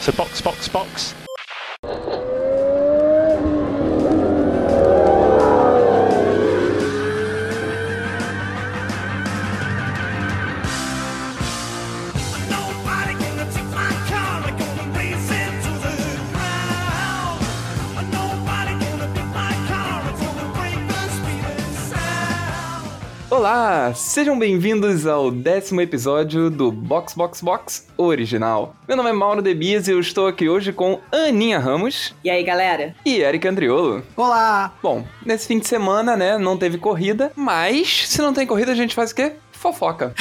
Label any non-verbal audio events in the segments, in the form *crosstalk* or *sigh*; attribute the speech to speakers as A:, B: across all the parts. A: So box, box, box.
B: Nobody gonna take my car. I'm gonna race into the ground. Nobody gonna take my car. It's gonna break the speeding sound.
C: Olá, sejam bem-vindos ao décimo episódio do Box Box Box original. Meu nome é Mauro Debias e eu estou aqui hoje com Aninha Ramos
D: E aí, galera?
C: e Eric Andriolo.
E: Olá!
C: Bom, nesse fim de semana, né, não teve corrida, mas se não tem corrida, a gente faz o quê?
E: *laughs*
C: Fofoca.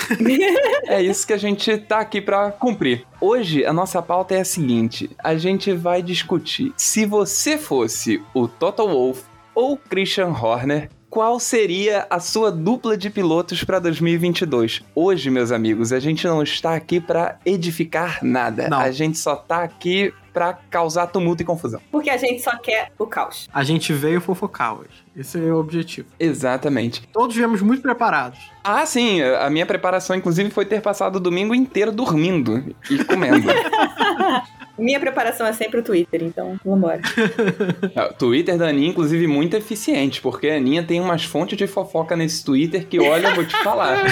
C: é isso que a gente tá aqui pra cumprir. Hoje a nossa pauta é a seguinte: a gente vai discutir se você fosse o Toto Wolff ou Christian Horner. Qual seria a sua dupla de pilotos pra 2022? Hoje, meus amigos, a gente não está aqui pra edificar nada.
E: Não.
C: A gente só tá aqui pra causar tumulto e confusão.
D: Porque a gente só quer o caos.
E: A gente veio fofocar hoje. Esse é o objetivo.
C: Exatamente.
E: Todos viemos muito preparados.
C: Ah, sim, a minha preparação, inclusive, foi ter passado o domingo inteiro dormindo e comendo. É,
D: Minha preparação é sempre o Twitter, então vambora.
C: Ah, o Twitter da Aninha, inclusive, muito eficiente, porque a Aninha tem umas fontes de fofoca nesse Twitter que, olha, eu vou te falar.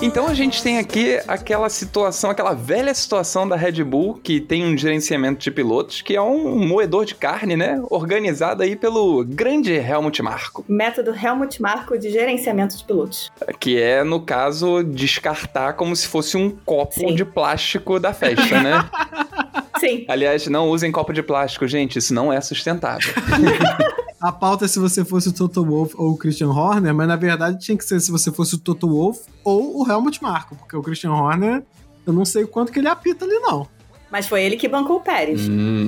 C: Então a gente tem aqui aquela situação, aquela velha situação da Red Bull, que tem um gerenciamento de pilotos, que é um moedor de carne, né? Organizado aí pelo grande Helmut Marko,
D: Método Helmut Marko de gerenciamento de pilotos.
C: que é, no caso, descartar como se fosse um copo
D: Sim.
C: de plástico da festa, né?
D: Sim.
C: Aliás, não usem copo de plástico, gente, isso não é sustentável.
E: A pauta é se você fosse o Toto Wolff ou o Christian Horner, mas na verdade tinha que ser se você fosse o Toto Wolff ou o Helmut Marko, porque o Christian Horner, eu não sei o quanto que ele apita ali, não.
D: Mas foi ele que bancou o Pérez.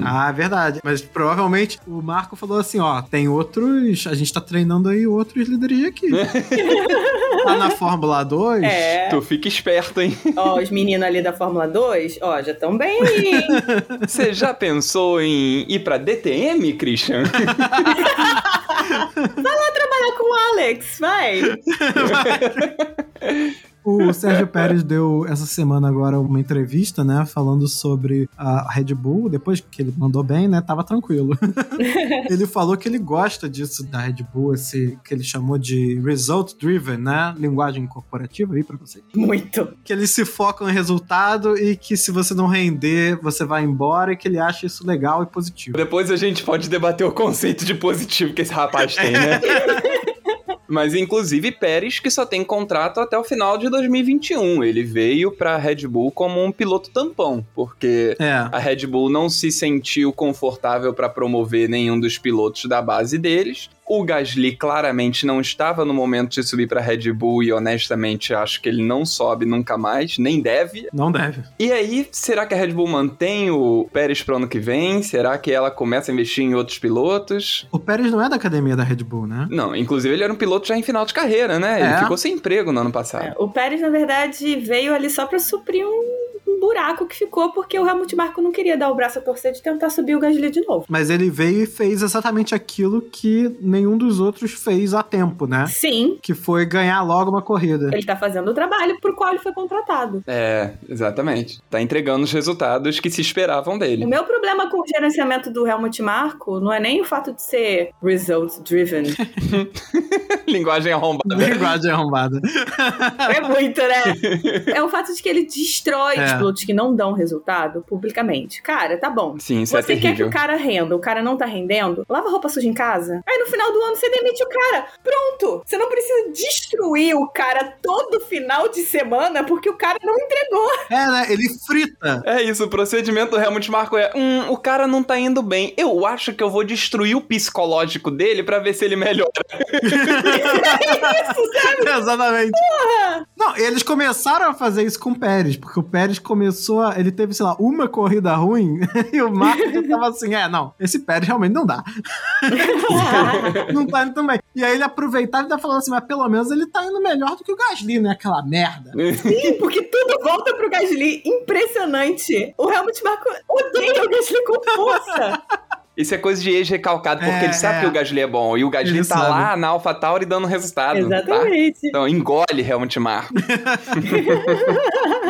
E: Ah, é verdade. Mas provavelmente o Marco falou assim: ó, tem outros. A gente tá treinando aí outros líderes aqui. Lá na Fórmula 2.
D: É,
C: tu fica esperto, hein?
D: ó, os meninos ali da Fórmula 2, ó, já estão bem. hein?
C: Você já pensou em ir pra DTM, Christian?
D: Trabalhar Tá com o Alex, vai.
E: O Sérgio Pérez deu essa semana agora uma entrevista, né? Falando sobre a Red Bull. Depois que ele mandou bem, né? Tava tranquilo. ele falou que ele gosta disso da Red Bull, esse que ele chamou de result driven, né? Linguagem corporativa aí pra você.
D: Muito.
E: Que eles se focam em resultado e que se você não render, você vai embora e que ele acha isso legal e positivo.
C: Depois a gente pode debater o conceito de positivo que esse rapaz tem, né? Mas inclusive Pérez, que só tem contrato até o final de 2021. Ele veio pra Red Bull como um piloto tampão, porque
E: É.
C: A Red Bull não se sentiu confortável para promover nenhum dos pilotos da base deles. O Gasly claramente não estava no momento de subir para Red Bull e honestamente acho que ele não sobe nunca mais, nem deve.
E: Não deve.
C: E aí, será que a Red Bull mantém o Pérez para ano que vem? Será que ela começa a investir em outros pilotos?
E: O Pérez não é da academia da Red Bull, né?
C: Não, inclusive ele era um piloto já em final de carreira, né? Ele
E: É.
C: ficou sem emprego no ano passado.
D: É, O Pérez, na verdade, veio ali só pra suprir um, um buraco que ficou, porque o Helmut Marko não queria dar o braço a torcer de tentar subir o Gasly de novo.
E: Mas ele veio e fez exatamente aquilo que nenhum dos outros fez a tempo, né?
D: Sim,
E: Que foi ganhar logo uma corrida.
D: ele tá fazendo o trabalho pro qual ele foi contratado.
C: É, exatamente. Tá entregando os resultados que se esperavam dele. *laughs*
D: O meu problema com o gerenciamento do Helmut Marko não é nem o fato de ser result driven.
C: Linguagem arrombada.
E: Linguagem arrombada.
C: *laughs*
D: É muito, né? É o fato de que ele destrói os
E: É.
D: pilotos que não dão resultado publicamente. Cara, tá bom.
C: Sim, isso é
D: Você quer que
C: terrível.
D: o cara renda, o cara não tá rendendo, lava roupa suja em casa. Aí no final do ano você demite o cara. Pronto! Você não precisa destruir o cara todo final de semana porque o cara não
C: *laughs*
D: entregou.
E: É, né? Ele frita.
C: É isso, o procedimento do Helmut Marko é: hum, o cara não tá indo bem. Eu acho que eu vou destruir o psicológico dele pra ver se ele melhora. *laughs*
E: Exatamente. Não, eles começaram a fazer isso com o Pérez, porque o Pérez come- começou a. Ele teve, sei lá, uma corrida ruim *laughs* e o Max já tava assim: é, não, esse Pérez realmente não dá. não tá indo também. E aí ele aproveitava e tá falando assim: mas pelo menos ele tá indo melhor do que o Gasly, né? Aquela merda.
D: Sim, porque tudo volta pro Gasly. Impressionante. O Helmut Marko odeia o Gasly com força.
C: Isso é coisa de ex recalcado, porque
E: É,
C: ele sabe
E: é.
C: que o Gasly é bom. E o Gasly
E: Ele
C: tá
E: sabe.
C: lá na AlphaTauri dando resultado. Tá?
D: Exatamente.
C: Então, engole realmente Marco.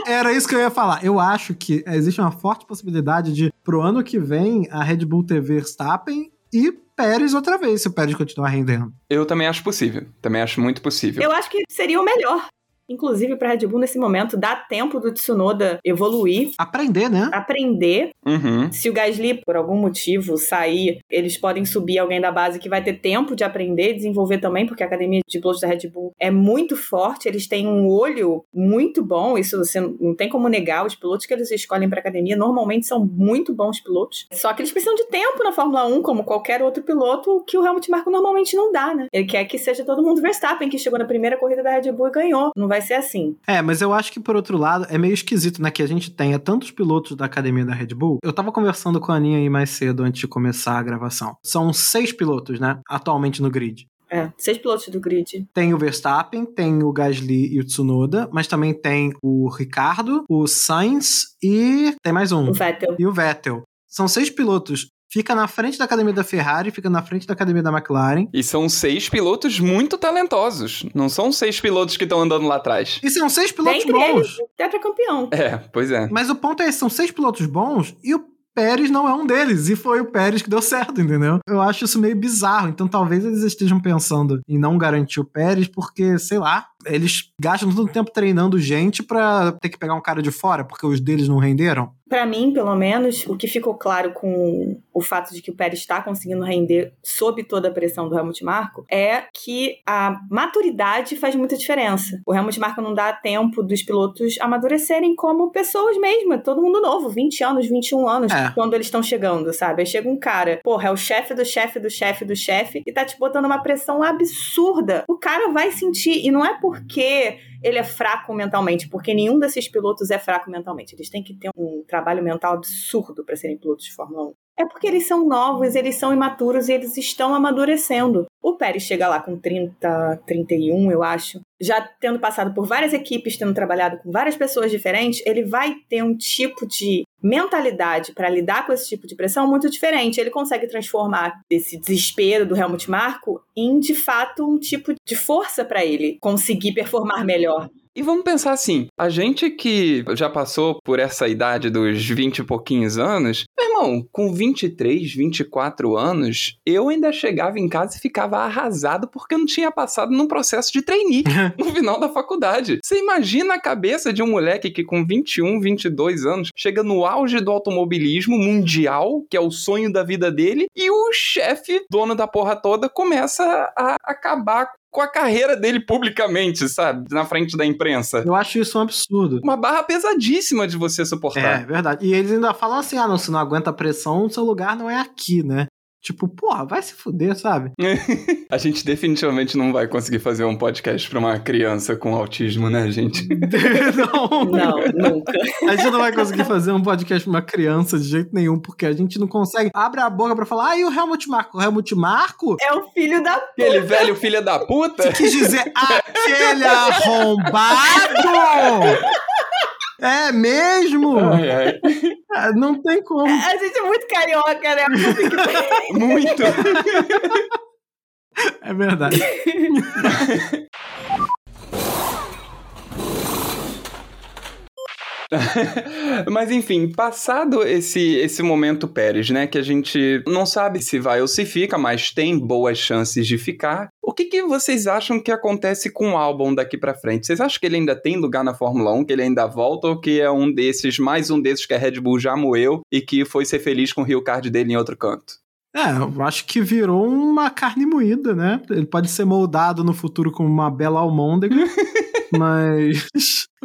E: Era isso que eu ia falar. Eu acho que eh, existe uma forte possibilidade de, pro ano que vem, a Red Bull ter Verstappen e Pérez outra vez, se o Pérez continuar rendendo.
C: Eu também acho possível. Também acho muito possível.
D: Eu acho que seria o melhor. Inclusive, pra Red Bull, nesse momento, dá tempo do Tsunoda evoluir,
E: Aprender, né?
D: aprender.
C: Uhum.
D: Se o Gasly, por algum motivo, sair, eles podem subir alguém da base que vai ter tempo de aprender, desenvolver também, porque a academia de pilotos da Red Bull é muito forte, eles têm um olho muito bom, isso você não não tem como negar. Os pilotos que eles escolhem pra academia normalmente são muito bons pilotos. Só que eles precisam de tempo na Fórmula 1, como qualquer outro piloto, que o Helmut Marko normalmente não dá, né? Ele quer que seja todo mundo Verstappen, que chegou na primeira corrida da Red Bull e ganhou. Não vai ser assim.
E: É, mas eu acho que por outro lado é meio esquisito, né? Que a gente tenha tantos pilotos da academia da Red Bull. Eu tava conversando com a Aninha aí mais cedo antes de começar a gravação. São seis pilotos, né? Atualmente no grid.
D: É, seis pilotos do grid.
E: Tem o Verstappen, tem o Gasly e o Tsunoda, mas também tem o Ricardo, o Sainz e tem mais um.
D: O Vettel.
E: E o Vettel. São seis pilotos. Fica na frente da academia da Ferrari, fica na frente da academia da McLaren.
C: E são seis pilotos muito talentosos. Não são seis pilotos que estão andando lá atrás.
E: E são seis pilotos
D: Dentre
E: bons.
D: eles, o tetracampeão.
C: É, pois é.
E: Mas o ponto é esse, são seis pilotos bons e o Pérez não é um deles. E foi o Pérez que deu certo, entendeu? Eu acho isso meio bizarro. Então talvez eles estejam pensando em não garantir o Pérez, porque, sei lá, eles gastam todo o tempo treinando gente pra ter que pegar um cara de fora, porque os deles não renderam.
D: Pra mim, pelo menos, o que ficou claro com o fato de que o Pérez está conseguindo render sob toda a pressão do Helmut Marko é que a maturidade faz muita diferença. O Helmut Marko não dá tempo dos pilotos amadurecerem como pessoas mesmo. É todo mundo novo, 20 anos, 21 anos,
E: É.
D: quando eles estão chegando, sabe? Aí chega um cara, porra, é o chefe do chefe do chefe do chefe e tá te botando uma pressão absurda. O cara vai sentir, e não é porque ele é fraco mentalmente, porque nenhum desses pilotos é fraco mentalmente. Eles têm que ter um trabalho mental absurdo para serem pilotos de Fórmula 1. É porque eles são novos, eles são imaturos e eles estão amadurecendo. O Pérez chega lá com 30, 31, eu acho. Já tendo passado por várias equipes, tendo trabalhado com várias pessoas diferentes, ele vai ter um tipo de mentalidade para lidar com esse tipo de pressão muito diferente. Ele consegue transformar esse desespero do Helmut Marko em, de fato, um tipo de força para ele conseguir performar melhor.
C: E vamos pensar assim: a gente que já passou por essa idade dos 20 e pouquinhos anos, meu irmão, com 23, 24 anos, eu ainda chegava em casa e ficava arrasado porque eu não tinha passado num processo de trainee *laughs* no final da faculdade. Você imagina a cabeça de um moleque que com 21, 22 anos chega no auge do automobilismo mundial, que é o sonho da vida dele, e o chefe, dono da porra toda, começa a acabar com a carreira dele publicamente, sabe? Na frente da imprensa.
E: Eu acho isso um absurdo.
C: Uma barra pesadíssima de você
E: É,
C: suportar.
E: verdade. E eles ainda falam assim: ah, não, se não aguenta a pressão, o seu lugar não é aqui, né? Tipo, porra, vai se fuder, sabe?
C: A gente definitivamente não vai conseguir fazer um podcast pra uma criança com autismo, né, gente?
E: não,
D: Não, nunca.
E: A gente não vai conseguir fazer um podcast pra uma criança de jeito nenhum, porque a gente não consegue. Abre a boca pra falar, ah, e o Helmut Marco? O Helmut Marco?
D: É o filho da
C: Aquele velho filho da puta.
E: Quis dizer aquele arrombado! É mesmo?
C: Ai, ai.
E: Ah, Não tem como.
D: A gente é muito carioca, né?
C: Muito.
E: É verdade.
C: Mas enfim, passado esse, esse momento Pérez, né? Que a gente não sabe se vai ou se fica, mas tem boas chances de ficar. O que, que vocês acham que acontece com o álbum daqui pra frente? Vocês acham que ele ainda tem lugar na Fórmula 1, que ele ainda volta, ou que é um desses, mais um desses que a Red Bull já moeu e que foi ser feliz com o Rio Card dele em outro canto?
E: É, eu acho que virou uma carne moída, né? Ele pode ser moldado no futuro como uma bela almôndega, mas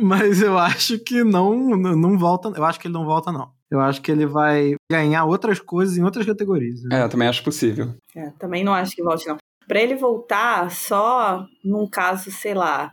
E: mas eu acho que não não volta, eu acho que ele não volta não. Eu acho que ele vai ganhar outras coisas em outras categorias. né?
C: É, eu também acho possível.
D: É, também não acho que volte, não. Pra ele voltar, só num caso, sei lá,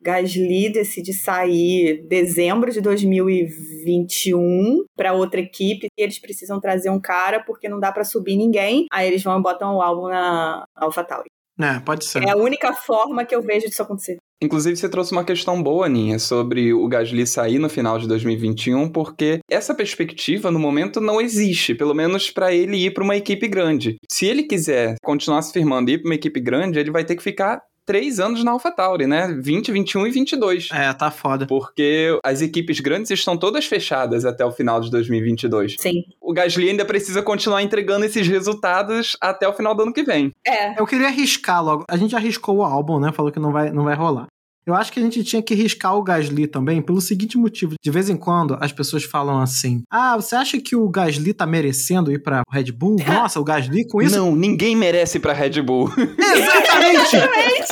D: Gasly decide sair dezembro de 2021 para um outra equipe e eles precisam trazer um cara porque não dá para subir ninguém. Aí eles vão e botam o álbum na AlphaTauri.
E: É, pode ser.
D: É a única forma que eu vejo disso acontecer.
C: Inclusive, você trouxe uma questão boa, Ninha, sobre o Gasly sair no final de 2021, porque essa perspectiva, no momento, não existe, pelo menos para ele ir para uma equipe grande. Se ele quiser continuar se firmando e ir para uma equipe grande, ele vai ter que ficar três anos na AlphaTauri, né? 20, 21 e 22.
E: É, tá foda.
C: Porque as equipes grandes estão todas fechadas até o final de 2022.
D: Sim.
C: O Gasly ainda precisa continuar entregando esses resultados até o final do ano que vem.
D: É.
E: Eu queria arriscar logo. A gente arriscou o álbum, né? Falou que não vai, não vai rolar. Eu acho que a gente tinha que riscar o Gasly também, pelo seguinte motivo. De vez em quando, as pessoas falam assim: Ah, você acha que o Gasly tá merecendo ir pra Red
C: *laughs*
E: Bull? Nossa, o Gasly com isso.
C: Não, ninguém merece para Red Bull. *laughs*
E: Exatamente!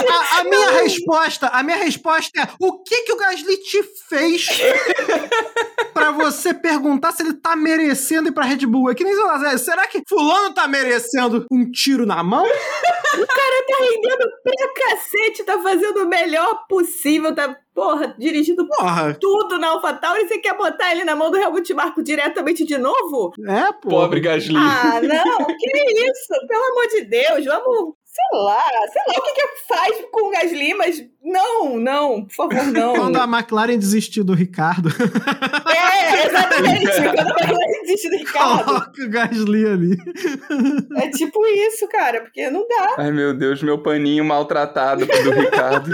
E: a, a minha resposta, a minha resposta é: o que que o Gasly te
C: *laughs*
E: fez pra você perguntar se ele tá merecendo ir pra Red Bull? É que nem sei lá, é, será que fulano tá merecendo um tiro na mão?
D: Tá rendendo pra cacete, tá fazendo o melhor possível, tá, porra, dirigindo
E: Porra!
D: tudo na AlphaTauri e você quer botar ele na mão do Helmut Marko diretamente de novo?
E: É, pô.
C: Pobre Gasly.
D: Ah, não, que isso? Pelo amor de Deus, vamos, sei lá, sei lá o que que faz com o Gasly, mas não, não, por favor, não.
E: Quando a McLaren desistiu do Ricardo, *laughs*
D: É, exatamente, quando é vai lá existe do
E: *laughs*
D: Ricardo.
E: coloca o Gasly ali.
D: É tipo isso, cara, porque não dá.
C: Ai, meu Deus, meu paninho maltratado do *laughs* Ricardo.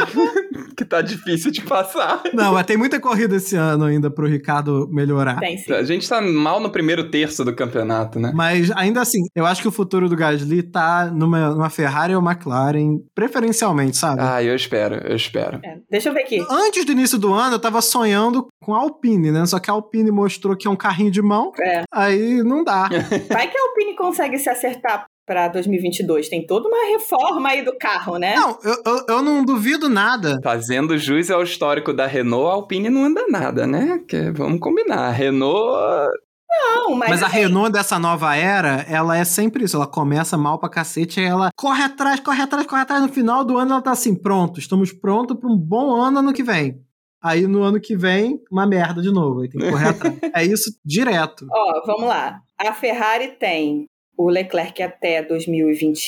C: que tá difícil de passar.
E: Não, mas tem muita corrida esse ano ainda pro Ricardo melhorar.
D: Tem sim.
C: A gente tá mal no primeiro terço do campeonato, né?
E: Mas ainda assim, eu acho que o futuro do Gasly tá numa, numa Ferrari ou McLaren, preferencialmente, sabe?
C: Ah, eu espero, eu espero.
D: É, deixa eu ver aqui.
E: Antes do início do ano, eu tava sonhando com a Alpine, né? Só que a Alpine mostrou que é um carrinho de mão,
D: É,
E: aí não dá.
D: vai que a Alpine consegue se acertar pra 2022. Tem toda uma reforma aí do carro, né?
E: Não, eu, eu, eu não duvido nada.
C: Fazendo jus ao histórico da Renault, a Alpine não anda nada, né? Que, vamos combinar. A Renault.
D: Não, mas, assim,
E: Mas a Renault dessa nova era, ela é sempre isso. Ela começa mal pra cacete, aí ela corre atrás, corre atrás, corre atrás. No final do ano ela tá assim, pronto, estamos prontos pra um bom ano ano que vem. Aí no ano que vem, uma merda de novo. Aí tem que correr *laughs* atrás. É isso direto.
D: Ó, vamos lá. A Ferrari tem o Leclerc até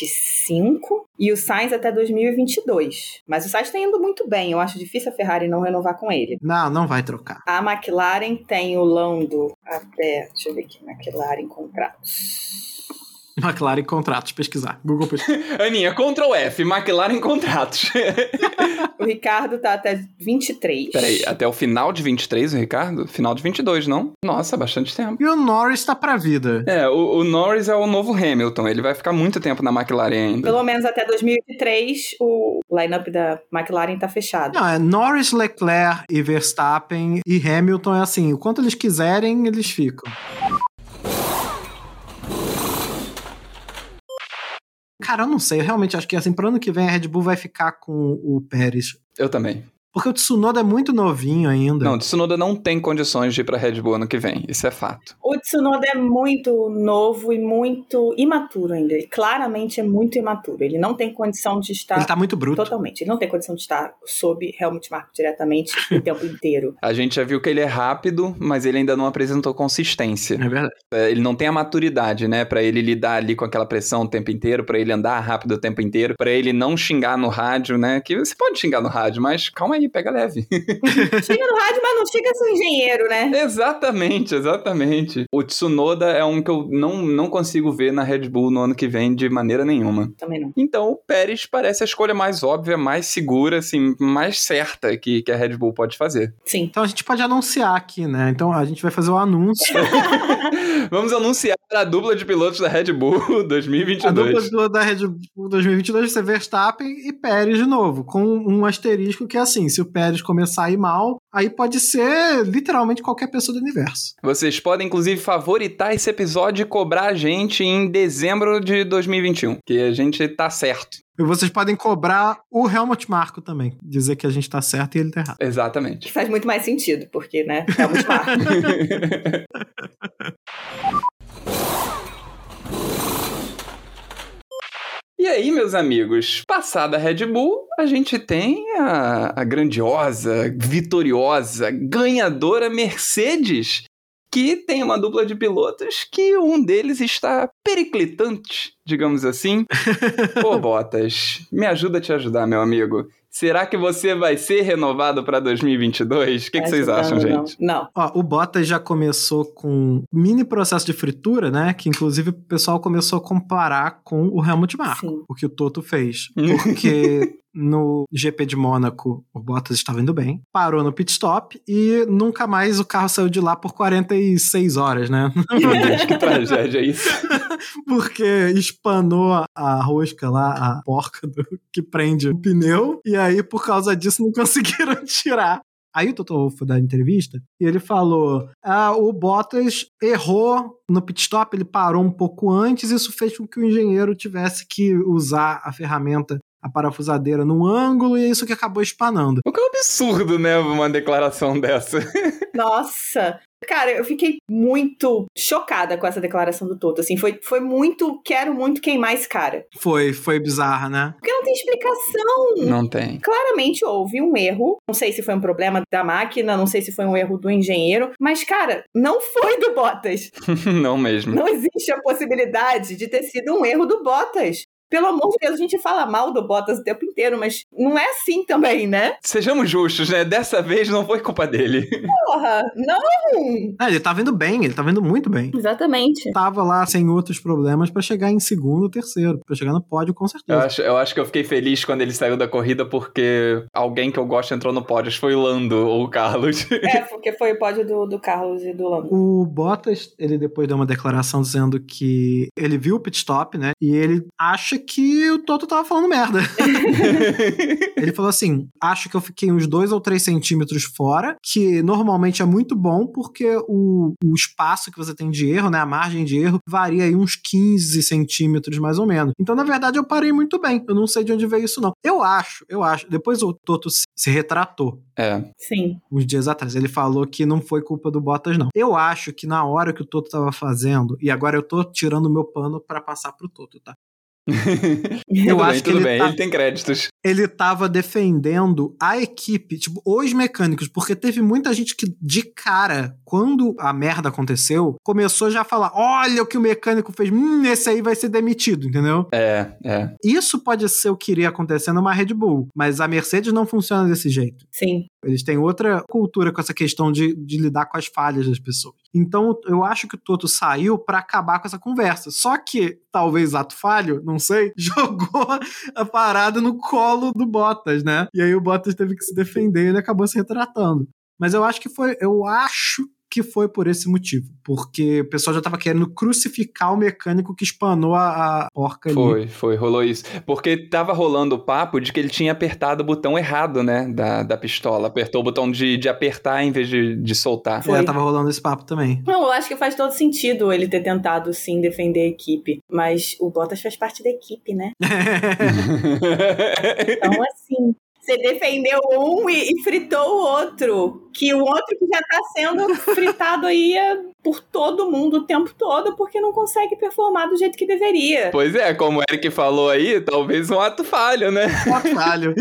D: 2025 e o Sainz até 2022. Mas o Sainz tá indo muito bem. Eu acho difícil a Ferrari não renovar com ele.
E: Não, não vai trocar. *laughs*
D: A McLaren tem o Lando até. Deixa eu ver aqui. McLaren contratos.
E: McLaren contratos, pesquisar. Google pesquisar.
C: Aninha, Ctrl F, McLaren contratos.
D: O Ricardo tá até 23.
C: *laughs* Peraí, até o final de 23, o Ricardo? Final de 22, não? Nossa, bastante tempo.
E: E o Norris tá pra vida.
C: É, o, o Norris é o novo Hamilton. Ele vai ficar muito tempo na McLaren ainda.
D: Pelo menos até 2003, o lineup da McLaren tá fechado.
E: Não, é Norris, Leclerc e Verstappen e Hamilton é assim, o quanto eles quiserem, eles ficam. Cara, eu não sei, eu realmente acho que assim, pro ano que vem a Red Bull vai ficar com o Pérez.
C: Eu também.
E: Porque o Tsunoda é muito novinho ainda.
C: Não, Tsunoda não tem condições de ir pra Red Bull ano que vem. Isso é fato.
D: O Tsunoda é muito novo e muito imaturo ainda. Ele claramente é muito imaturo. Ele não tem condição de estar.
E: Ele tá muito bruto.
D: Totalmente. Ele não tem condição de estar sob Helmut Marko diretamente *laughs* o tempo inteiro.
C: A gente já viu que ele é rápido, mas ele ainda não apresentou consistência.
E: É verdade.
C: É, Ele não tem a maturidade, né, Pra ele lidar ali com aquela pressão o tempo inteiro, pra ele andar rápido o tempo inteiro, pra ele não xingar no rádio, né? Que você pode xingar no rádio, mas calma aí, pega leve. *laughs*
D: chega no rádio, mas não chega seu engenheiro, né?
C: exatamente, exatamente. O Tsunoda é um que eu não, não consigo ver na Red Bull no ano que vem de maneira nenhuma.
D: Também não.
C: Então, o Pérez parece a escolha mais óbvia, mais segura, assim, mais certa que, que a Red Bull pode fazer.
D: Sim.
E: Então a gente pode anunciar aqui, né? Então a gente vai fazer o anúncio.
C: Vamos anunciar a dupla de pilotos da Red Bull *laughs*
E: A
C: 2022.
E: dupla do- da Red Bull 2022 vai ser Verstappen e Pérez de novo, com um asterisco que é assim, se o Pérez começar a ir mal, aí pode ser literalmente qualquer pessoa do universo.
C: Vocês podem, inclusive, favoritar esse episódio e cobrar a gente em dezembro de 2021, que a gente tá certo.
E: E vocês podem cobrar o Helmut Marko também, dizer que a gente tá certo e ele tá errado.
C: Exatamente.
D: Que faz muito mais sentido, porque, né?
C: *laughs*
D: Helmut Marko.
C: E E aí, meus amigos, passada a Red Bull, a gente tem a, a grandiosa, vitoriosa, ganhadora Mercedes, que tem uma dupla de pilotos que um deles está periclitante, digamos assim. Pô, Bottas, me ajuda a te ajudar, meu amigo. Será que você vai ser renovado para 2022? O que, que vocês acham,
D: né, Não,
C: gente?
D: Não.
E: Ó, o Bottas já começou com um mini processo de fritura, né? Que inclusive o pessoal começou a comparar com o Helmut Marko,
D: Sim.
E: o que o Toto fez. Porque no GP de Mônaco o Bottas estava indo bem, parou no pit stop e nunca mais o carro saiu de lá por 46 horas, né?
C: Meu Deus, que tragédia é isso?
E: Porque espanou a rosca lá, a porca do- que prende o pneu, e aí por causa disso não *laughs* conseguiram tirar. Aí o Toto Wolff foi dar entrevista e ele falou: ah, o Bottas errou no pit stop, ele parou um pouco antes, isso fez com que o engenheiro tivesse que usar a ferramenta, a parafusadeira, no ângulo, e é isso que acabou espanando.
C: O que é um absurdo, né? Uma declaração dessa.
D: Nossa! Cara, eu fiquei muito chocada com essa declaração do Toto. Assim, foi, foi muito. Quero muito queimar esse cara.
E: Foi, foi bizarro, né?
D: Porque não tem explicação.
C: Não tem.
D: Claramente houve um erro. Não sei se foi um problema da máquina, não sei se foi um erro do engenheiro. Mas, cara, não foi do Bottas.
C: Não mesmo.
D: Não existe a possibilidade de ter sido um erro do Bottas. Pelo amor de Deus, a gente fala mal do Bottas o tempo inteiro, mas não é assim também, né?
C: Sejamos justos, né? Dessa vez não foi culpa dele.
D: Porra, não!
E: Ah, ele tava indo bem, ele tava indo muito bem.
D: Exatamente.
E: Tava lá sem outros problemas pra chegar em segundo, terceiro, pra chegar no pódio com certeza.
C: Eu acho, eu acho que eu fiquei feliz quando ele saiu da corrida porque alguém que eu gosto entrou no pódio. Acho que foi o Lando ou o Carlos.
D: *laughs* É, porque foi o pódio do, do Carlos e do Lando.
E: O Bottas, ele depois deu uma declaração dizendo que ele viu o pit stop, né? E ele acha que o Toto tava falando merda. ele falou assim: acho que eu fiquei uns dois ou três centímetros fora, que normalmente é muito bom, porque o, o espaço que você tem de erro, né? A margem de erro varia aí uns 15 centímetros, mais ou menos. Então, na verdade, eu parei muito bem. Eu não sei de onde veio isso, não. Eu acho, eu acho. Depois o Toto se- se retratou
C: *laughs* É.
D: Sim.
E: uns dias atrás. Ele falou que não foi culpa do Bottas, não. Eu acho que na hora que o Toto tava fazendo, e agora eu tô tirando meu pano pra passar pro
C: *laughs*
E: Toto, tá? Eu
C: tudo
E: acho
C: bem,
E: que
C: tudo
E: ele
C: bem.
E: tá-
C: Ele tem créditos.
E: Ele tava defendendo a equipe, tipo, os mecânicos, porque teve muita gente que, de cara, quando a merda aconteceu, começou já a falar: olha o que o mecânico fez, hum, esse aí vai ser demitido, entendeu?
C: É, é.
E: Isso pode ser o que iria acontecer numa Red Bull, mas a Mercedes não funciona desse jeito.
D: Sim.
E: Eles têm outra cultura com essa questão de, de lidar com as falhas das pessoas. Então, eu acho que o Toto saiu pra acabar com essa conversa. Só que, talvez ato falho, não sei, *laughs* jogou a parada no colo do Bottas, né? E aí o Bottas teve que se defender e ele acabou se retratando. Mas eu acho que foi, eu acho que foi por esse motivo, porque o pessoal já tava querendo crucificar o mecânico que espanou a, a porca ali.
C: Foi, foi, rolou isso. Porque tava rolando o papo de que ele tinha apertado o botão errado, né? Da, da pistola. Apertou o botão de, de apertar em vez de, de soltar.
D: Foi.
E: É, tava rolando esse papo
D: *laughs*
E: também.
D: Não, eu acho que faz todo sentido ele ter tentado, sim, defender a equipe. Mas o Bottas faz parte da equipe, né? Então, assim. Você defendeu um e, e fritou o outro. Que o outro que já tá sendo fritado aí é por todo mundo o tempo todo, porque não consegue performar do jeito que *laughs* deveria.
C: pois é, como o Eric falou aí, talvez um ato falho, né?
E: Ato falho.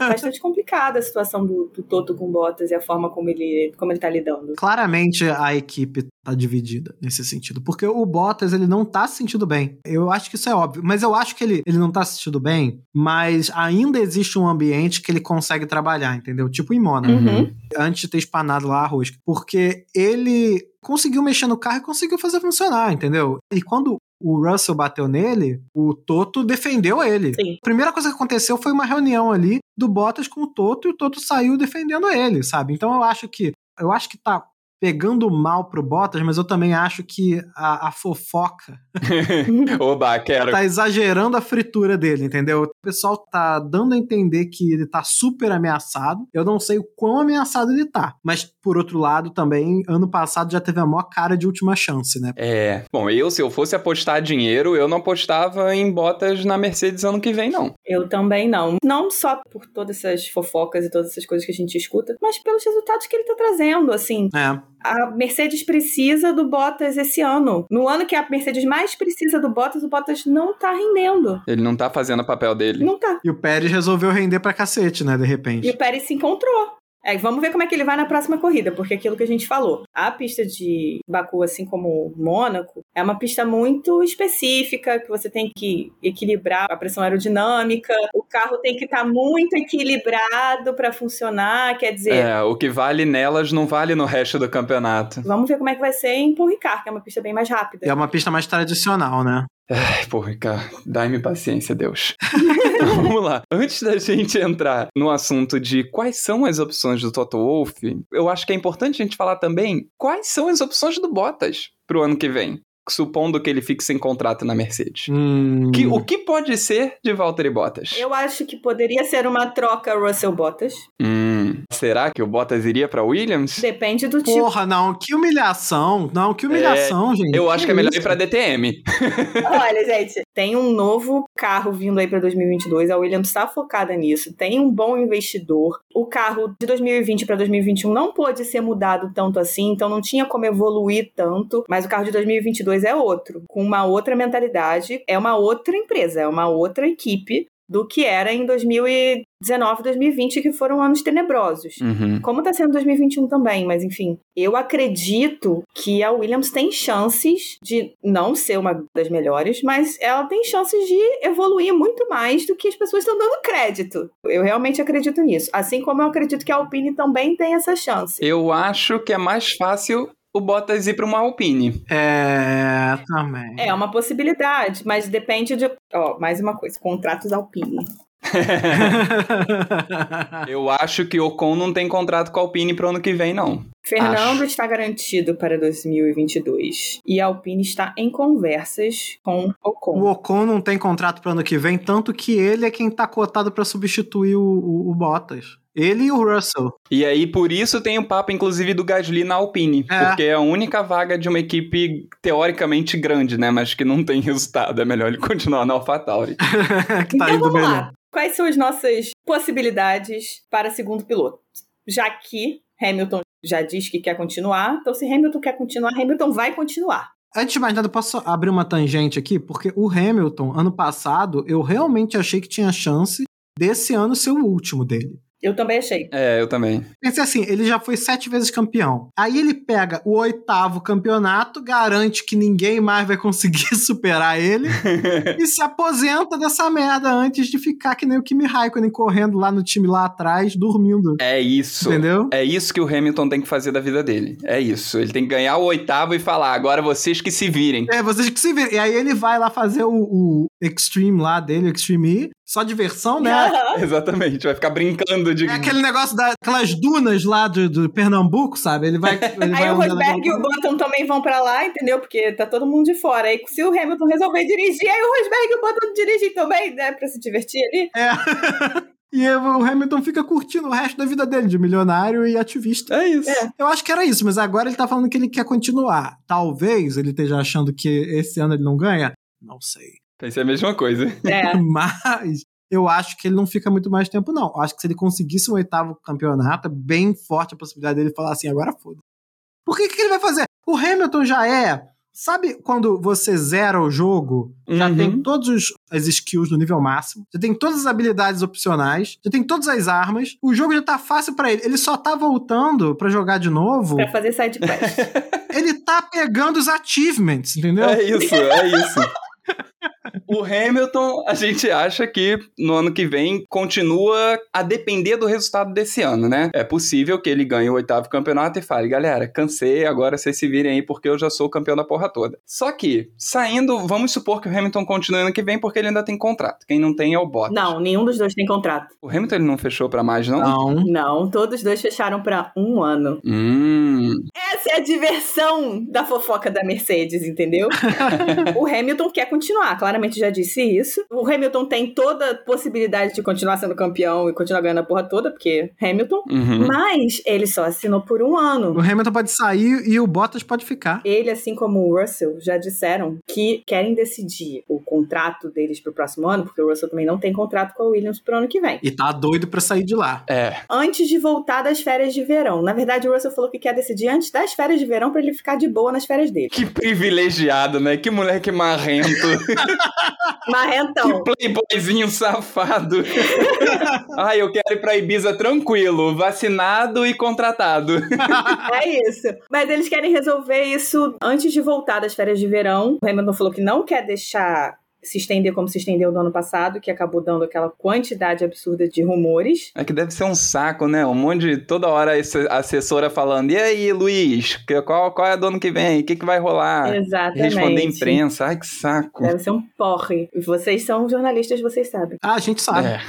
D: É Bastante complicada a situação do, do Toto com o Bottas e a forma como ele, como ele tá lidando.
E: claramente a equipe tá dividida nesse sentido, porque o Bottas ele não tá se sentindo bem. Eu acho que isso é óbvio, mas eu acho que ele, ele não tá se sentindo bem, mas ainda existe um ambiente que ele consegue trabalhar, entendeu? Tipo em Mônaco,
D: Uhum.
E: antes de ter espanado lá a rosca, porque ele conseguiu mexer no carro e conseguiu fazer funcionar, entendeu? E quando o Russell bateu nele, o Toto defendeu ele.
D: Sim.
E: A primeira coisa que aconteceu foi uma reunião ali do Bottas com o Toto e o Toto saiu defendendo ele, sabe? Então eu acho que eu acho que tá pegando mal pro Bottas, mas eu também acho que a, a fofoca
D: É.
C: Oba, quero.
E: tá exagerando a fritura dele, entendeu? O pessoal tá dando a entender que ele tá super ameaçado. Eu não sei o quão ameaçado ele tá, mas por outro lado também, ano passado já teve a maior cara de última chance, né?
C: É. Bom, eu, se eu fosse apostar dinheiro, eu não apostava em botas na Mercedes ano que vem, não.
D: Eu também não. Não só por todas essas fofocas e todas essas coisas que a gente escuta, mas pelos resultados que ele tá trazendo, assim.
E: É,
D: A Mercedes precisa do Bottas esse ano. No ano que a Mercedes mais precisa do Bottas, o Bottas não tá rendendo.
C: Ele não tá fazendo o papel dele.
D: Não tá.
E: E o Pérez resolveu render pra cacete, né? De repente.
D: E o Pérez se encontrou. É, vamos ver como é que ele vai na próxima corrida, porque aquilo que a gente falou, a pista de Baku, assim como Mônaco, é uma pista muito específica, que você tem que equilibrar a pressão aerodinâmica, o carro tem que estar muito equilibrado para funcionar, quer dizer,
C: É, o que vale nelas não vale no resto do campeonato.
D: vamos ver como é que vai ser em Paul Ricard, que é uma pista bem mais rápida.
E: E é uma pista mais tradicional, né?
C: Ai, porra, cara, dá-me paciência, Deus. *laughs* Vamos lá. Antes da gente entrar no assunto de quais são as opções do Toto Wolff, eu acho que é importante a gente falar também quais são as opções do Bottas pro ano que vem, supondo que ele fique sem contrato na Mercedes.
E: Hum,
C: Que- o que pode ser de Valtteri Bottas?
D: Eu acho que poderia ser uma troca Russell Bottas.
C: Hum, será que o Bottas iria pra Williams?
D: Depende do tipo.
E: Porra, não, que humilhação. Não, que humilhação, gente.
C: Eu acho que é melhor ir
E: isso?
C: pra DTM.
D: Olha, gente, tem um novo carro vindo aí para 2022. A Williams está focada nisso. Tem um bom investidor. O carro de 2020 para 2021 não pôde ser mudado tanto assim, então não tinha como evoluir tanto. Mas o carro de 2022 é outro, com uma outra mentalidade, é uma outra empresa, é uma outra equipe do que era em 2019, 2020, que foram anos tenebrosos.
C: Uhum.
D: Como tá sendo 2021 também, mas enfim. Eu acredito que a Williams tem chances de não ser uma das melhores, mas ela tem chances de evoluir muito mais do que as pessoas estão dando crédito. Eu realmente acredito nisso. Assim como eu acredito que a Alpine também tem essa chance.
C: Eu acho que é mais fácil o Bottas ir pra uma Alpine.
E: É,
C: *laughs*
E: também. *laughs*
D: É uma possibilidade, mas depende de. Ó, mais uma coisa: contratos Alpine.
C: Eu acho que Ocon não tem contrato com a Alpine pro ano que vem, não.
D: Fernando está garantido para 2022 e a Alpine está em conversas com Ocon.
E: o Ocon não tem contrato pro ano que vem, tanto que ele é quem tá cotado pra substituir o, o- o Bottas. Ele e o Russell.
C: E aí, por isso, tem o papo, inclusive, do Gasly na Alpine.
E: É.
C: Porque é a única vaga de uma equipe teoricamente grande, né? Mas que não tem resultado. É melhor ele continuar na AlphaTauri.
E: que tá
D: então
E: indo
D: vamos
E: melhor.
D: lá. Quais são as nossas possibilidades para segundo piloto? Já que Hamilton já diz que quer continuar, então se Hamilton quer continuar, Hamilton vai continuar.
E: Antes de mais nada, posso abrir uma tangente aqui? Porque o Hamilton, ano passado, eu realmente achei que tinha chance desse ano ser o último dele.
D: Eu também achei.
C: é, eu também.
E: Pensei assim, ele já foi sete vezes campeão. Aí ele pega o oitavo campeonato, garante que ninguém mais vai conseguir *laughs*
D: *laughs*
E: superar ele e se aposenta dessa merda antes de ficar que nem o Kimi Raikkonen correndo lá no time lá atrás, dormindo.
C: É isso.
E: Entendeu?
C: É isso que o Hamilton tem que fazer da vida dele. É isso. Ele tem que ganhar o oitavo e falar, agora vocês que se virem.
E: É, vocês que se viram. E aí ele vai lá fazer o, o Extreme lá dele, o Extreme E, só diversão,
D: *laughs*
E: né?
C: *laughs* Exatamente. Vai ficar brincando de...
E: É aquele negócio daquelas dunas lá do, do Pernambuco, sabe? Ele vai. Ele
D: *laughs*
E: vai
D: Aí o
E: andando
D: Rosberg e o Button também vão pra lá, entendeu? Porque tá todo mundo de fora. Aí se o Hamilton resolver dirigir, aí o Rosberg e o Button dirigem também, né? Pra se divertir ali.
E: É. *laughs* E o Hamilton fica curtindo o resto da vida dele, de milionário e ativista.
C: É isso.
D: É.
E: Eu acho que era isso, mas agora ele tá falando que ele quer continuar. Talvez ele esteja achando que esse ano ele não ganha. Não sei.
C: Pensei a mesma coisa.
D: É.
E: *laughs* Mas eu acho que ele não fica muito mais tempo, não. Eu acho que se ele conseguisse um oitavo campeonato, é bem forte a possibilidade dele falar assim, agora foda. Por que, que ele vai fazer? O Hamilton já é. Sabe quando você zera o jogo já
C: Uhum.
E: tem todas os- as skills no nível máximo, já tem todas as habilidades opcionais, já tem todas as armas, o jogo já tá fácil pra ele. Ele só tá voltando pra jogar
D: *laughs*
E: de novo,
D: Pra fazer side
E: *laughs*
D: quest.
E: ele tá pegando os achievements, entendeu?
C: É isso, é isso. *laughs* O Hamilton, a gente acha que no ano que vem continua a depender do resultado desse ano, né? É possível que ele ganhe o oitavo campeonato e fale, galera, cansei, agora vocês se virem aí porque eu já sou o campeão da porra toda. Só que, saindo, vamos supor que o Hamilton continue ano que vem porque ele ainda tem contrato. Quem não tem é o Bottas.
D: Não, nenhum dos dois tem contrato.
C: O Hamilton ele não fechou pra mais, não?
E: Não.
D: Não, todos dois fecharam pra um ano.
C: Hum.
D: Essa é a diversão da fofoca da Mercedes, entendeu? o Hamilton quer continuar. Claramente já disse isso. O Hamilton tem toda a possibilidade de continuar sendo campeão e continuar ganhando a porra toda, porque Hamilton.
C: Uhum.
D: Mas ele só assinou por um ano.
E: O Hamilton pode sair e o Bottas pode ficar.
D: Ele, assim como o Russell, já disseram que querem decidir o contrato deles pro próximo ano, porque o Russell também não tem contrato com a Williams pro ano que vem.
E: E tá doido pra sair de lá.
C: É,
D: Antes de voltar das férias de verão. Na verdade, o Russell falou que quer decidir antes das férias de verão pra ele ficar de boa nas férias dele.
C: que privilegiado, né? Que moleque marrento.
D: Marrentão.
C: Que playboyzinho safado. Ai, eu quero ir pra Ibiza tranquilo, vacinado e contratado.
D: É isso. Mas eles querem resolver isso antes de voltar das férias de verão. O Hamilton falou que não quer deixar se estender como se estendeu no ano passado, que acabou dando aquela quantidade absurda de rumores.
C: É que deve ser um saco, né? Um monte de. Toda hora esse- a assessora falando: e aí, Luiz, que- qual, qual é a do ano que vem? O que, que vai rolar?
D: Exatamente.
C: Ah, Responder imprensa. Ai, que saco.
D: Deve ser um porre. Vocês são jornalistas, vocês sabem.
E: Ah, a gente sabe.
C: É.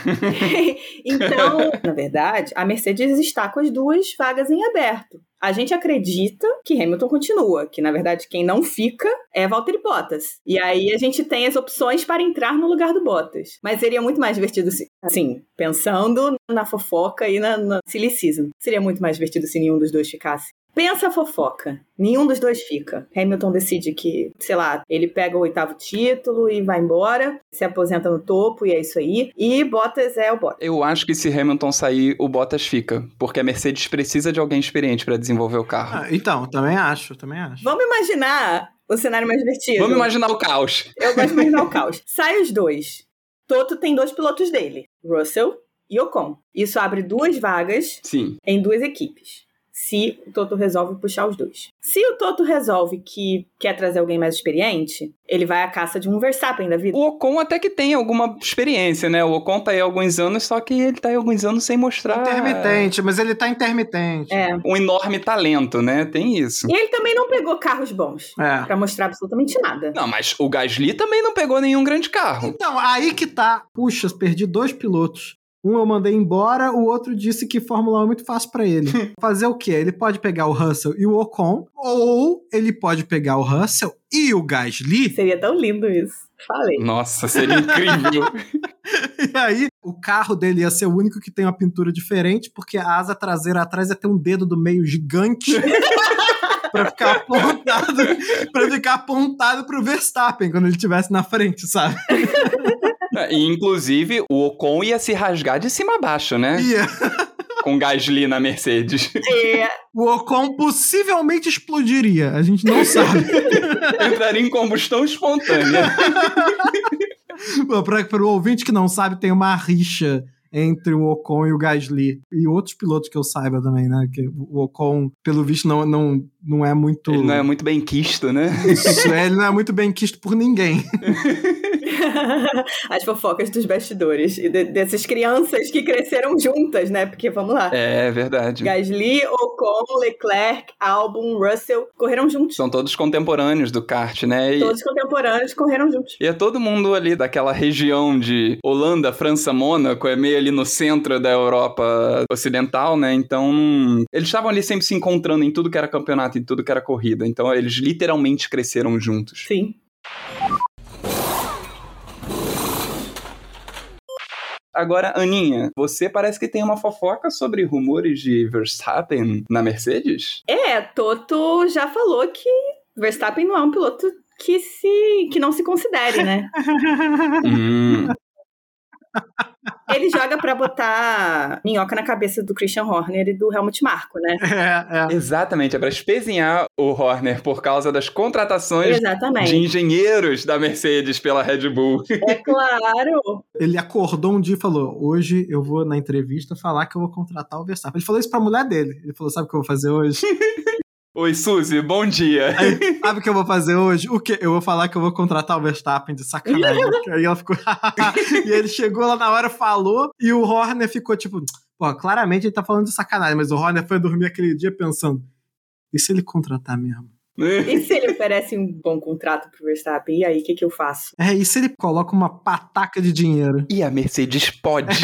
D: então, na verdade, a Mercedes está com as duas vagas em aberto. A gente acredita que Hamilton continua, que na verdade quem não fica é Valtteri Bottas. E aí a gente tem as opções para entrar no lugar do Bottas. Mas seria muito mais divertido, se- assim, pensando na fofoca e na, na silly season. Seria muito mais divertido se nenhum dos dois ficasse. Pensa a fofoca. Nenhum dos dois fica. Hamilton decide que, sei lá, ele pega o oitavo título e vai embora, se aposenta no topo e é isso aí. E Bottas é o Bottas.
C: Eu acho que se Hamilton sair, o Bottas fica. Porque a Mercedes precisa de alguém experiente pra desenvolver o carro.
E: Ah, então, também acho, também acho.
D: Vamos imaginar o cenário mais divertido.
C: Vamos imaginar o caos.
D: Eu gosto de
C: *laughs*
D: imaginar o caos. Sai os dois. Toto tem dois pilotos dele, Russell e Ocon. Isso abre duas vagas
C: Sim.
D: em duas equipes. Se o Toto resolve puxar os dois. Se o Toto resolve que quer trazer alguém mais experiente, ele vai à caça de um Verstappen da vida.
C: O Ocon até que tem alguma experiência, né? O Ocon tá aí há alguns anos, só que ele tá aí há alguns anos sem mostrar
E: Intermitente, mas ele tá intermitente.
D: É.
C: um enorme talento, né? Tem isso.
D: E ele também não pegou carros bons
E: É.
D: Pra mostrar absolutamente nada.
C: Não, mas o Gasly também não pegou nenhum grande carro.
E: Então, aí que tá. Puxa, perdi dois pilotos. Um eu mandei embora, o outro disse que Fórmula 1 é muito fácil pra ele. Fazer o quê? Ele pode pegar o Russell e o Ocon, ou ele pode pegar o Russell e o Gasly.
D: Seria tão lindo isso. Falei.
C: *laughs* Nossa, seria incrível.
E: E aí, o carro dele ia ser o único que tem uma pintura diferente, porque a asa traseira atrás ia ter um dedo do meio gigante. pra ficar apontado, para ficar apontado pro Verstappen quando ele estivesse na frente, sabe?
C: e, inclusive, o Ocon ia se rasgar de cima a baixo, né?
E: Ia.
C: Com Gasly na Mercedes.
D: É,
E: O Ocon possivelmente explodiria. A gente não sabe.
C: Entraria em combustão espontânea.
E: Para o ouvinte que não sabe, tem uma rixa entre o Ocon e o Gasly. E outros pilotos que eu saiba também, né? Que o Ocon, pelo visto, não, não, não é muito.
C: Ele não é muito bem quisto, né?
E: Isso, é, ele não é muito bem quisto
C: *laughs*
E: por ninguém.
D: *laughs* As fofocas dos bastidores e de- dessas crianças que cresceram juntas, né? Porque vamos lá.
C: É, verdade.
D: Gasly, Ocon, Leclerc, Albon, Russell correram juntos.
C: São todos contemporâneos do kart, né? E,
D: Todos contemporâneos correram juntos.
C: e é todo mundo ali daquela região de Holanda, França, Mônaco, é meio ali no centro da Europa Ocidental, né? Então, hum, eles estavam ali sempre se encontrando em tudo que era campeonato, em tudo que era corrida. Então, eles literalmente cresceram juntos.
D: Sim.
C: Agora, Aninha, você parece que tem uma fofoca sobre rumores de Verstappen na Mercedes?
D: É, Toto já falou que Verstappen não é um piloto que se que não se considere, né? *laughs*
C: hum,
D: Ele joga pra botar minhoca na cabeça do Christian Horner e do Helmut Marko, né?
E: É, é.
C: exatamente, é pra espezinhar o Horner por causa das contratações de
D: Exatamente.
C: engenheiros da Mercedes pela Red Bull.
D: É claro.
E: Ele acordou um dia e falou: Hoje eu vou na entrevista falar que eu vou contratar o Verstappen. Ele falou isso pra mulher dele. Ele falou: Sabe o que eu vou fazer hoje?
C: Oi, Suzy, bom
D: *laughs*
C: dia.
E: Sabe o que eu vou fazer hoje? O quê? Eu vou falar que eu vou contratar o Verstappen de sacanagem. Aí ela ficou. *laughs* e ele chegou lá na hora, falou, e o Horner ficou tipo. Pô, claramente ele tá falando de sacanagem, mas o Horner foi dormir aquele dia pensando. E se ele contratar mesmo?
D: E se ele oferece um bom contrato pro Verstappen, e aí o que, que eu faço?
E: É, e se ele coloca uma pataca de dinheiro?
C: E a Mercedes pode. *laughs*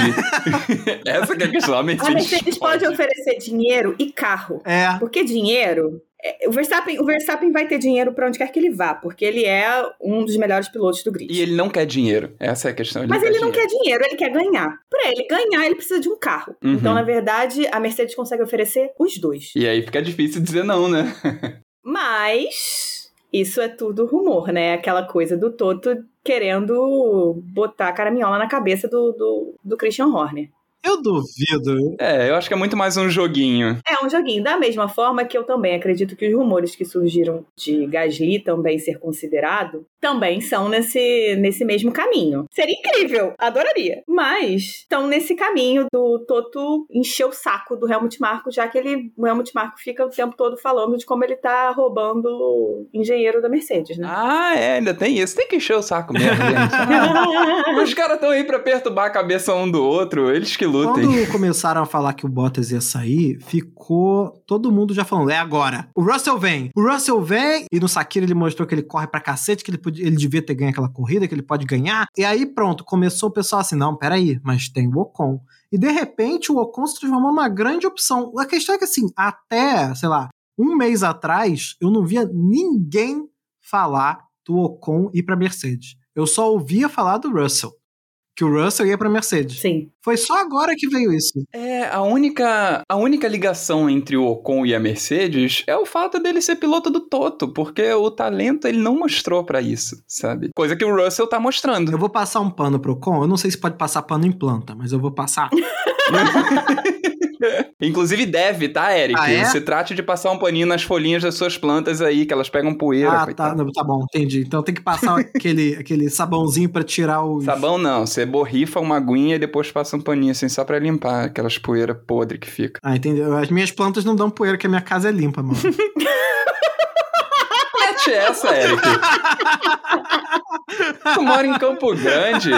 C: Essa que é a questão, a
D: A
C: Mercedes,
D: Mercedes pode oferecer dinheiro e carro.
E: É.
D: Porque dinheiro é, o, Verstappen, o Verstappen vai ter dinheiro pra onde quer que ele vá, porque ele é um dos melhores pilotos do grid.
C: E ele não quer dinheiro. Essa é a questão.
D: Mas ele não
C: dinheiro.
D: quer dinheiro, ele quer ganhar. Pra ele ganhar, ele precisa de um carro.
C: Uhum.
D: Então, na verdade, a Mercedes consegue oferecer os dois.
C: E aí fica difícil dizer não, né?
D: Mas isso é tudo rumor, né? Aquela coisa do Toto querendo botar a caraminhola na cabeça do, do, do Christian Horner.
E: Eu duvido.
C: É, eu acho que é muito mais um joguinho.
D: É um joguinho, da mesma forma que eu também acredito que os rumores que surgiram de Gasly também ser considerado, também são nesse, nesse mesmo caminho. Seria incrível, adoraria. Mas estão nesse caminho do Toto encher o saco do Helmut Marko, já que ele, o Helmut Marko fica o tempo todo falando de como ele tá roubando o engenheiro da Mercedes, né?
C: Ah, é, ainda tem isso. Tem que encher o saco mesmo,
D: *laughs*
C: gente. Os caras estão aí pra perturbar a cabeça um do outro, eles que lutem.
E: Quando começaram a falar que o Bottas ia sair, ficou todo mundo já falando, é agora. O Russell vem, o Russell vem. E no Sakira ele mostrou que ele corre pra cacete, que ele, podia, ele devia ter ganho aquela corrida, que ele pode ganhar. E aí pronto, começou o pessoal assim, não, peraí, mas tem o Ocon. E de repente o Ocon se transformou numa grande opção. A questão é que assim, até, sei lá, um mês atrás, eu não via ninguém falar do Ocon ir pra Mercedes. Eu só ouvia falar do Russell. Que o Russell ia pra Mercedes.
D: Sim.
E: Foi só agora que veio isso.
C: É, a única, a única ligação entre o Ocon e a Mercedes é o fato dele ser piloto do Toto, porque o talento ele não mostrou pra isso, sabe? Coisa que o Russell tá mostrando.
E: Eu vou passar um pano pro Con. Eu não sei se pode passar pano em planta, mas eu vou passar.
C: *laughs* Inclusive deve, tá, Eric?
E: Ah, é?
C: Se trate de passar um paninho nas folhinhas das suas plantas aí, que elas pegam poeira.
E: ah, tá.
C: coitado.
E: Não, tá bom, entendi. Então tem
C: *laughs*
E: que passar aquele, aquele sabãozinho pra tirar o.
C: Sabão não, você borrifa uma aguinha e depois passa um paninho assim só pra limpar aquelas poeira podre que fica.
E: Ah, entendeu? As minhas plantas não dão poeira, que a minha casa é
C: *laughs*
E: limpa, mano.
C: Mete é essa,
E: *laughs*
C: Eric. tu mora em Campo Grande?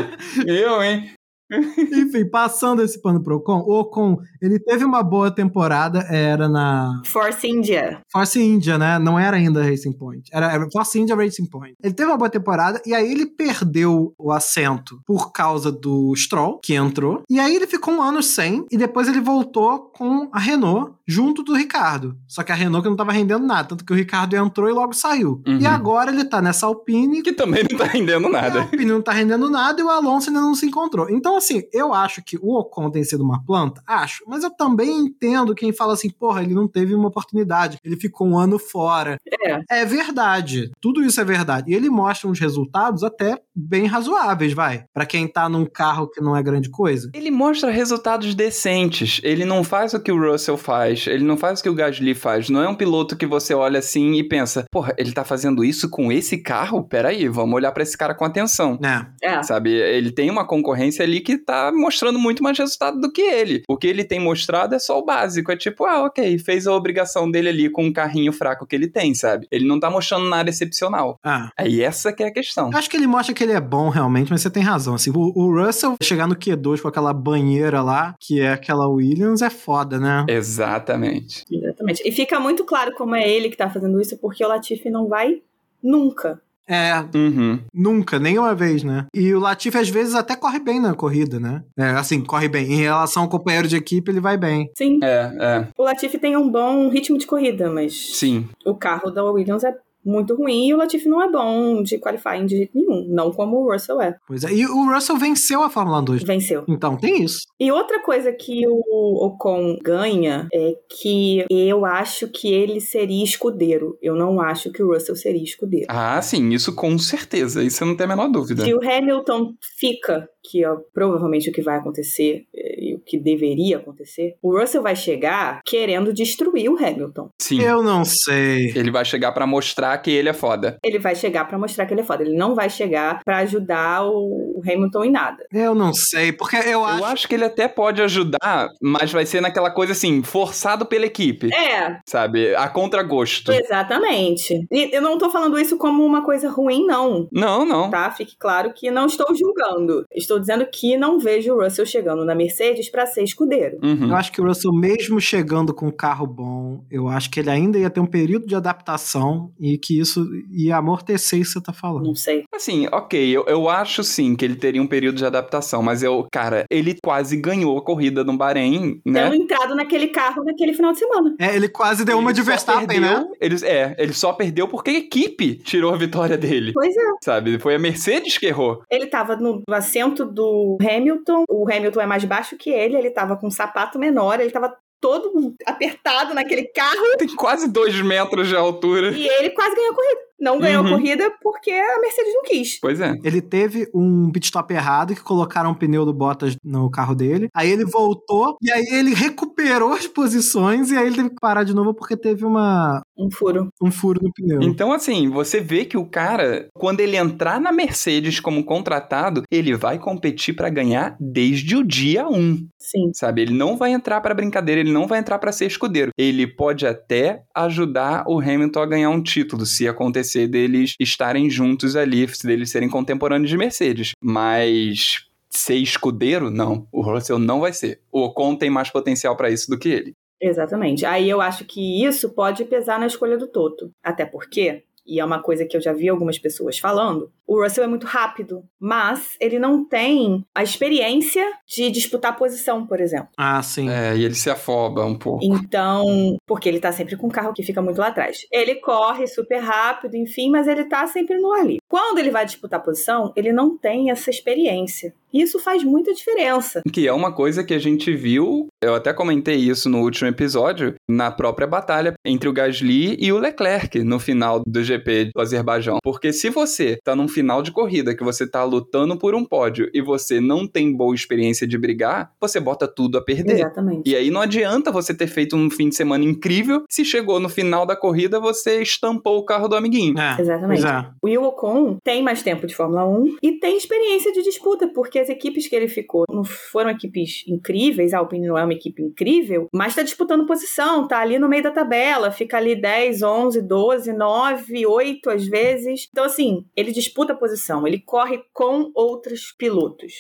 C: Eu, hein?
E: Enfim, passando esse pano pro Ocon, o Ocon, ele teve uma boa temporada, era na
D: Force India.
E: Force India, né? Não era ainda Racing Point. Era, era Force India Racing Point. Ele teve uma boa temporada e aí ele perdeu o assento por causa do Stroll, que entrou. E aí ele ficou um ano sem e depois ele voltou com a Renault junto do Ricardo. Só que a Renault que não tava rendendo nada, tanto que o Ricardo entrou e logo saiu.
C: Uhum.
E: E agora ele tá nessa Alpine
C: Que também não tá rendendo
E: é,
C: nada.
E: o pneu não tá rendendo nada e o Alonso ainda não se encontrou. Então, assim, eu acho que o Ocon tem sido uma planta, acho, mas eu também entendo quem fala assim, porra, ele não teve uma oportunidade, ele ficou um ano fora.
D: É.
E: É verdade, tudo isso é verdade. E ele mostra uns resultados até bem razoáveis, vai, Pra quem tá num carro que não é grande coisa.
C: Ele mostra resultados decentes. Ele não faz o que o Russell faz. Ele não faz o que o Gasly faz. Não é um piloto que você olha assim e pensa: porra, ele tá fazendo isso com esse carro? Peraí, vamos olhar pra esse cara com atenção.
E: Né?
D: É.
C: Sabe, ele tem uma concorrência ali que tá mostrando muito mais resultado do que ele. O que ele tem mostrado é só o básico. É tipo, ah, ok, fez a obrigação dele ali com o carrinho fraco que ele tem, sabe? Ele não tá mostrando nada excepcional.
E: Ah.
C: Aí essa que é a questão.
E: Eu Acho que ele mostra que ele é bom realmente, mas você tem razão. Assim, o, o Russell chegar no Q2 com aquela banheira lá, que é aquela Williams, é foda, né?
C: Exatamente.
D: Exatamente. E fica muito claro como é ele que tá fazendo isso, porque o Latifi não vai nunca.
E: É,
C: Uhum.
E: Nunca, nenhuma vez, né? E o Latifi, às vezes, até corre bem na corrida, né? É, assim, corre bem. Em relação ao companheiro de equipe, ele vai bem.
D: Sim.
C: É, é.
D: O Latifi tem um bom ritmo de corrida, mas
C: Sim.
D: o carro da Williams é muito ruim e o Latifi não é bom de qualifying de jeito nenhum. Não como o Russell é.
E: Pois é. E o Russell venceu a Fórmula 2.
D: Venceu.
E: Então, tem isso.
D: E outra coisa que o Ocon ganha é que eu acho que ele seria escudeiro. Eu não acho que o Russell seria escudeiro.
C: Ah, sim, isso com certeza. Isso eu não tem a menor dúvida.
D: Se o Hamilton fica, que é provavelmente o que vai acontecer eh, e o que deveria acontecer, o Russell vai chegar querendo destruir o Hamilton.
C: Sim.
E: Eu não sei.
C: Ele vai chegar pra mostrar que ele é foda.
D: Ele vai chegar pra mostrar que ele é foda. Ele não vai chegar pra ajudar o o Hamilton em nada.
E: Eu não sei. Porque eu acho.
C: Eu acho que ele até pode ajudar, mas vai ser naquela coisa assim, forçado pela equipe,
D: É,
C: sabe? A contragosto.
D: exatamente. E eu não tô falando isso como uma coisa ruim, não.
C: Não, não.
D: Tá? Fique claro que não estou julgando. Estou dizendo que não vejo o Russell chegando na Mercedes suficiente pra ser escudeiro.
C: Uhum.
E: Eu acho que o Russell, mesmo chegando com um carro bom, eu acho que ele ainda ia ter um período de adaptação e que isso ia amortecer isso que você tá falando.
D: Não sei.
C: Assim, ok, eu, eu acho sim que ele teria um período de adaptação, mas eu, cara, ele quase ganhou a corrida no Bahrein, né?
D: Tendo entrado naquele carro naquele final de semana.
E: É, Então, ele quase deu uma
C: Ele
E: de
C: só
E: Verstappen,
C: perdeu-
E: né?
C: Ele, é, ele só perdeu porque a equipe tirou a vitória dele,
D: Pois é.
C: sabe? Foi a Mercedes que errou.
D: Ele tava no assento do Hamilton, o Hamilton é mais baixo que ele, ele tava com um sapato menor, ele tava todo apertado naquele carro
C: Tem quase dois metros de altura.
D: e ele quase ganhou a corrida. Não ganhou
C: Uhum.
D: a corrida porque a Mercedes não quis.
C: Pois é.
E: Ele teve um pit stop errado que colocaram o pneu do Bottas no carro dele. Aí ele voltou e aí ele recuperou as posições e aí ele teve que parar de novo porque teve uma,
D: Um furo.
E: um furo no pneu.
C: Então, assim, você vê que o cara, quando ele entrar na Mercedes como contratado, ele vai competir pra ganhar desde o dia 1.
D: Sim.
C: sabe? Ele não vai entrar pra brincadeira, ele não vai entrar pra ser escudeiro. Ele pode até ajudar o Hamilton a ganhar um título, se acontecer deles estarem juntos ali, se deles serem contemporâneos de Mercedes. Mas ser escudeiro, não. O Russell não vai ser. O Ocon tem mais potencial pra isso do que ele.
D: Exatamente. Aí eu acho que isso pode pesar na escolha do Toto. Até porque, e é uma coisa que eu já vi algumas pessoas falando, o Russell é muito rápido, mas ele não tem a experiência de disputar posição, por exemplo.
E: Ah, sim.
C: É, e ele se afoba um pouco.
D: Então, porque ele tá sempre com um carro que fica muito lá atrás. Ele corre super rápido, enfim, mas ele tá sempre no ar livre. Quando ele vai disputar posição, ele não tem essa experiência. E isso faz muita diferença.
C: Que é uma coisa que a gente viu, eu até comentei isso no último episódio, na própria batalha entre o Gasly e o Leclerc no final do GP do Azerbaijão. Porque se você tá num final de corrida que você tá lutando por um pódio e você não tem boa experiência de brigar, você bota tudo a perder.
D: Exatamente.
C: E aí não adianta você ter feito um fim de semana incrível se chegou no final da corrida você estampou o carro do amiguinho.
E: É.
D: Exatamente.
E: Pois é.
D: O Will Ocon tem mais tempo de Fórmula 1 e tem experiência de disputa, porque as equipes que ele ficou não foram equipes incríveis, a Alpine não é uma equipe incrível, mas tá disputando posição, tá ali no meio da tabela, fica ali 10, 11, 12, 9, 8 às vezes. Então, assim, ele disputa posição, ele corre com outros pilotos.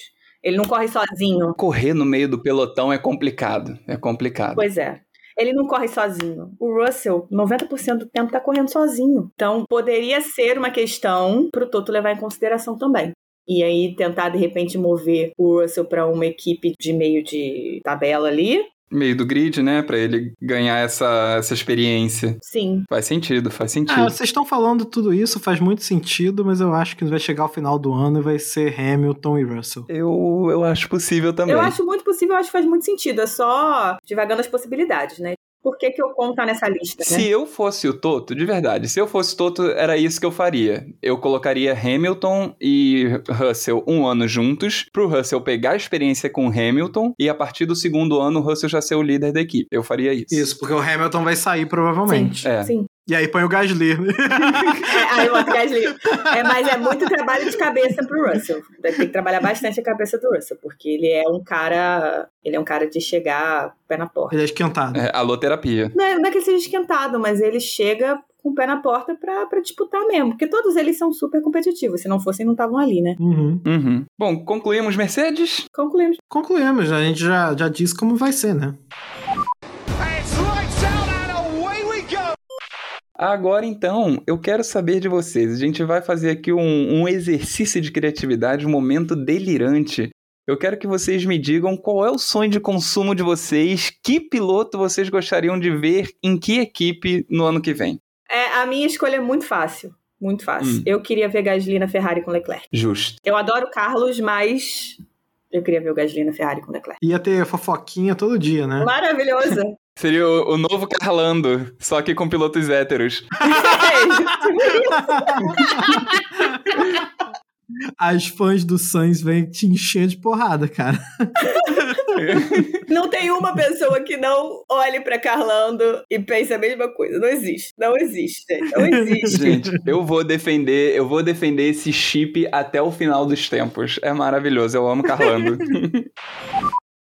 D: Ele não corre sozinho.
C: Correr no meio do pelotão é complicado. É complicado.
D: Pois é. Ele não corre sozinho. O Russell, 90% do tempo, tá correndo sozinho. Então, poderia ser uma questão pro Toto levar em consideração também. E aí, tentar, de repente, mover o Russell pra uma equipe de meio de tabela ali.
C: Meio do grid, né? Pra ele ganhar essa, essa experiência.
D: Sim.
C: Faz sentido, faz
E: Ah,
C: sentido.
E: vocês estão falando tudo isso, faz muito sentido, mas eu acho que vai chegar ao final do ano e vai ser Hamilton e Russell.
C: eu, eu acho possível também.
D: Eu acho muito possível, eu acho que faz muito sentido. É só divagando as possibilidades, né? Por que, que o Ocon tá nessa lista, né?
C: Se eu fosse o Toto, de verdade, se eu fosse o Toto, era isso que eu faria. Eu colocaria Hamilton e Russell um ano juntos, pro Russell pegar a experiência com Hamilton, e a partir do segundo ano o Russell já ser o líder da equipe. Eu faria isso.
E: Isso, porque o Hamilton vai sair provavelmente.
C: É.
D: Sim.
E: E aí põe o Gasly. né?
D: É, aí o outro Gasly. É, mas é muito trabalho de cabeça pro Russell. Tem que trabalhar bastante a cabeça do Russell, porque ele é um cara. Ele é um cara de chegar pé na porta.
E: Ele é esquentado.
C: É, alô, terapia.
D: Não é, não é que ele seja esquentado, mas ele chega com o pé na porta pra, pra disputar mesmo. Porque todos eles são super competitivos. Se não fossem, não estavam ali, né?
E: Uhum.
C: Uhum. Bom, concluímos Mercedes?
D: Concluímos.
E: Concluímos, a gente já, já disse como vai ser, né?
B: It's lights out and away we go.
C: Agora então, eu quero saber de vocês. A gente vai fazer aqui um, um exercício de criatividade, um momento delirante. Eu quero que vocês me digam qual é o sonho de consumo de vocês, que piloto vocês gostariam de ver em que equipe no ano que vem.
D: É, a minha escolha é muito fácil. Muito fácil.
C: Hum.
D: Eu queria ver Gasly na Ferrari com Leclerc.
C: Justo.
D: Eu adoro o Carlos, mas eu queria ver o Gasly na Ferrari com Leclerc.
E: Ia ter fofoquinha todo dia, né?
D: Maravilhosa! *laughs*
C: Seria o, o novo Carlando, só que com pilotos *laughs* héteros.
E: As fãs do Sainz vêm te encher de porrada, cara. *laughs*
D: Não tem uma pessoa que não olhe pra Carlando e pense a mesma coisa. Não existe. Não existe, gente.
E: *laughs*
D: Não existe.
C: Gente, eu vou defender, eu vou defender esse *laughs* chip até o final dos tempos. É maravilhoso, eu amo Carlando.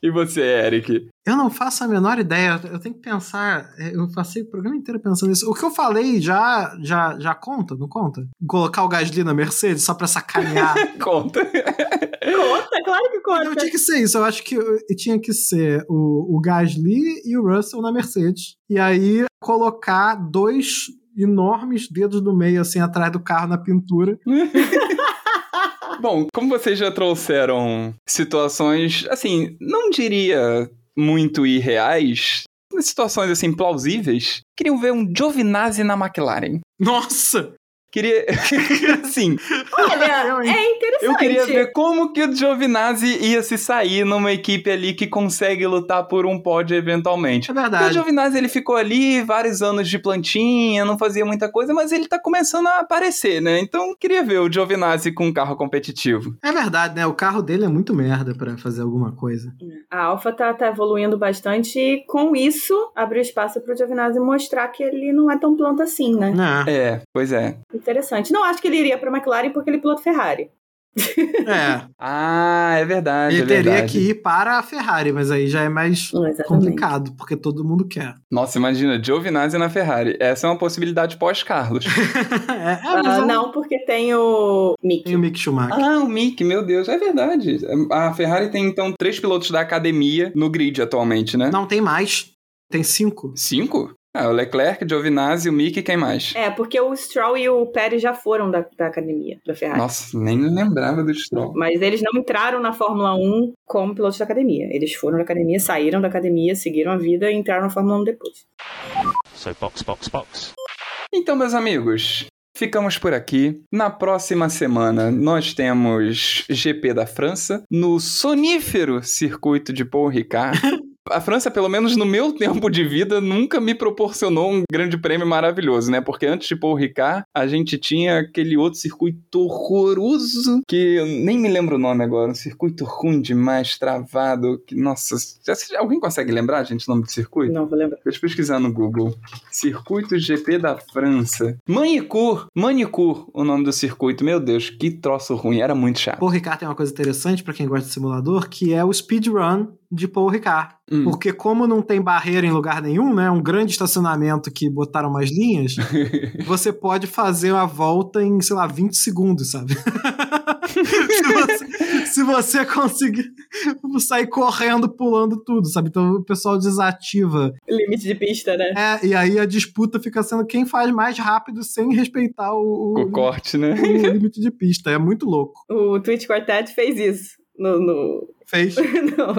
C: E você, Eric?
E: Eu não faço a menor ideia, eu tenho que pensar. é, Eu passei o programa inteiro pensando nisso. O que eu falei já, já, já conta, não conta? Colocar o Gasly na Mercedes só pra *laughs* sacanear.
C: Conta.
D: Conta, claro que
E: Não,
D: conta.
E: tinha que ser isso. Eu acho que eu- tinha que ser o, o Gasly e o Russell na Mercedes. E aí colocar dois enormes dedos do meio, assim, atrás do carro na pintura.
C: Bom, como vocês já trouxeram situações, assim, não diria muito irreais, mas situações assim plausíveis, queriam ver um Giovinazzi na McLaren.
E: Nossa!
C: Queria, *laughs* assim,
E: Eu,
D: Olha,
E: hein?
D: é interessante.
C: eu queria ver como que o Giovinazzi ia se sair numa equipe ali que consegue lutar por um pódio eventualmente.
E: É
C: Porque o
E: verdade.
C: Giovinazzi ele ficou ali vários anos de plantinha, não fazia muita coisa, mas ele tá começando a aparecer, né? Então queria ver o Giovinazzi com um carro competitivo.
E: É verdade, né? O carro dele é muito merda pra fazer alguma coisa.
D: A Alfa tá, tá evoluindo bastante e com isso abriu espaço pro Giovinazzi mostrar que ele não é tão planta assim, né?
E: É.
C: É, pois é.
D: Interessante. Não acho que ele iria pra McLaren porque ele pilota Ferrari.
E: é.
C: Ah, é verdade.
E: Ele
C: é
E: teria
C: verdade.
E: que ir para a Ferrari, mas aí já é mais complicado, porque todo mundo quer. *laughs*
C: Nossa, imagina, Giovinazzi na Ferrari. Essa é uma possibilidade pós-Carlos.
E: é, é,
D: Ah,
E: mas é-
D: não, porque tem o Mick.
E: Tem o Mick
C: *laughs*
E: Schumacher.
C: ah, o Mick, meu Deus, é verdade. A Ferrari tem então três pilotos da academia no grid atualmente, né?
E: Não, tem mais. Tem cinco.
C: Cinco? Ah, o Leclerc, Giovinazzi, o Mick e quem mais?
D: É, porque o Stroll e o Pérez já foram da, da academia da
E: É.
D: Ferrari.
C: Nossa, nem lembrava do Stroll.
D: Mas eles não entraram na Fórmula 1 como pilotos da academia. Eles foram da academia, saíram da academia, seguiram a vida e entraram na Fórmula 1 depois.
A: So box, box, box.
C: Então, meus amigos, ficamos por aqui. Na próxima semana, nós temos GP da França no sonífero circuito de Paul Ricard. A França, pelo menos no meu tempo de vida, nunca me proporcionou um grande prêmio maravilhoso, né? Porque antes de Paul Ricard, a gente tinha aquele outro circuito horroroso que eu nem me lembro o nome agora. Um circuito ruim demais, travado. Que, nossa, alguém consegue lembrar, gente, o nome do circuito?
D: Não vou lembrar. *laughs*
C: Deixa eu pesquisar no Google. Circuito GP da França. Manicur. Manicur, o nome do circuito. Meu Deus, que troço ruim. Era muito chato.
E: Paul Ricard tem uma coisa interessante pra quem gosta de simulador, que é o speedrun de Paul Ricard.
C: Hum.
E: Porque como não tem barreira em lugar nenhum, né? Um grande estacionamento que botaram umas linhas, você pode fazer uma volta em, sei lá, 20 segundos, sabe? *laughs* se, você, se você conseguir sair correndo, pulando tudo, sabe? Então o pessoal desativa.
D: Limite de pista, né?
E: É, e aí a disputa fica sendo quem faz mais rápido sem respeitar o-
C: O
E: o,
C: corte, né?
E: o limite de pista. É muito louco.
D: O Twitch Quartet fez isso. No, no- *laughs*
E: Fez.
D: no-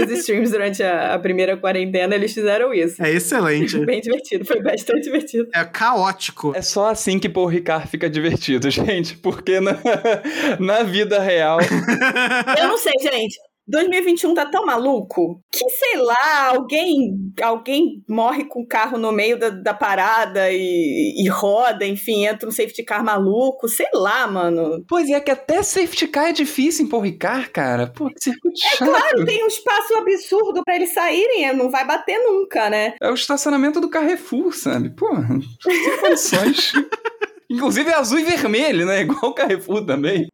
D: nos streams durante a, a primeira quarentena, eles fizeram isso.
E: É excelente.
D: Bem divertido, foi bastante divertido.
E: É caótico.
C: É só assim que Paul Ricard fica divertido, *laughs* gente. Porque na, na vida real.
D: Eu não sei, gente. 2021 tá tão maluco que, sei lá, alguém alguém morre com o carro no meio da, da parada e, e roda, enfim, entra um safety car maluco, sei lá, mano.
C: Pois é, que até safety car é difícil em Paul Ricard, cara. Pô, que circuito chato.
D: Claro, tem um espaço absurdo pra eles saírem, não vai bater nunca, né?
C: É o estacionamento do Carrefour, sabe? Porra, sem condições. Inclusive é azul e vermelho, né? Igual o Carrefour também.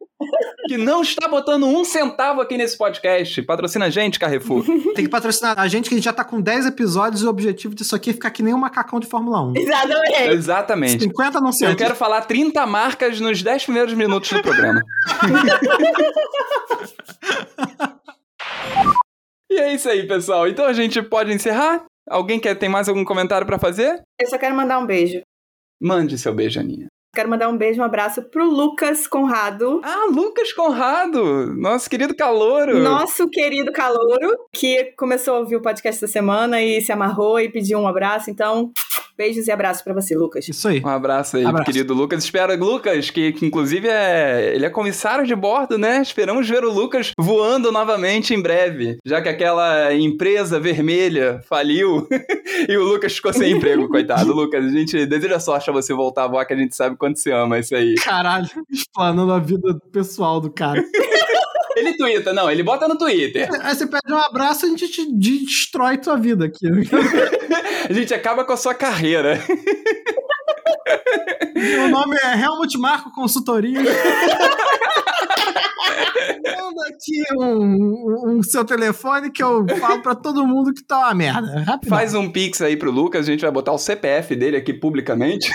C: Que não está botando um centavo aqui nesse podcast. Patrocina a gente, Carrefour.
E: Tem que patrocinar a gente, que a gente já tá com 10 episódios e o objetivo disso aqui é ficar que nem um macacão de Fórmula 1.
D: Exatamente.
C: Exatamente.
E: 50 anunciantes.
C: Eu quero falar 30 marcas nos 10 primeiros minutos do programa. *laughs* e é isso aí, pessoal. Então a gente pode encerrar? Alguém quer tem mais algum comentário pra fazer?
D: Eu só quero mandar um beijo.
C: Mande seu beijo, Aninha.
D: Quero mandar um beijo, um abraço pro Lucas Conrado,
C: Ah, Lucas Conrado, nosso querido calouro.
D: nosso querido calouro, que começou a ouvir o podcast da semana e se amarrou e pediu um abraço. Então, beijos e abraços pra você, Lucas.
E: Isso aí.
C: Um abraço aí,
E: Abraço.
C: querido Lucas. Espero, Lucas, que, que inclusive é. Ele é comissário de bordo, né? Esperamos ver o Lucas voando novamente em breve, já que aquela empresa vermelha faliu *laughs* e o Lucas ficou sem emprego, coitado. Lucas, a gente deseja sorte a você voltar a voar, que a gente sabe quanto você ama é isso aí.
E: Caralho, explanando a vida pessoal do cara.
C: Ele twitta, não, ele bota no Twitter.
E: *laughs* Aí você pede um abraço e a gente te de- destrói tua vida aqui.
C: A gente acaba com a sua carreira.
E: *laughs* Meu nome é Helmut Marco Consultoria. Eu manda aqui um, um- um seu telefone que eu falo pra todo mundo que tá uma merda. Rápido.
C: Faz um pix aí pro Lucas, a gente vai botar o CPF dele aqui publicamente.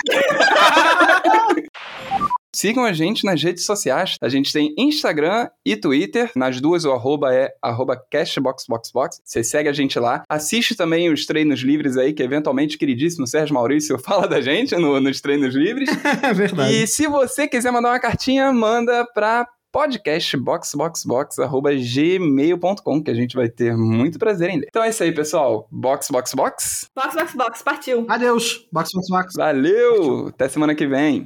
C: Sigam a gente nas redes sociais. A gente tem Instagram e Twitter. Nas duas, o arroba é arroba cashboxboxbox. Você segue a gente lá. Assiste também os treinos livres aí, que eventualmente o queridíssimo Sérgio Maurício *laughs* fala da gente no- nos treinos livres.
E: É verdade.
C: E se você quiser mandar uma cartinha, manda pra podcastboxboxbox.gmail.com, que a gente vai ter muito prazer ainda. Então é isso aí, pessoal. Box, box, box.
D: Box, box, box, partiu.
E: Adeus. Box, box, box.
C: Valeu! Até semana que vem.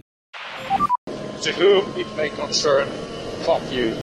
F: To whom it may concern, fuck you.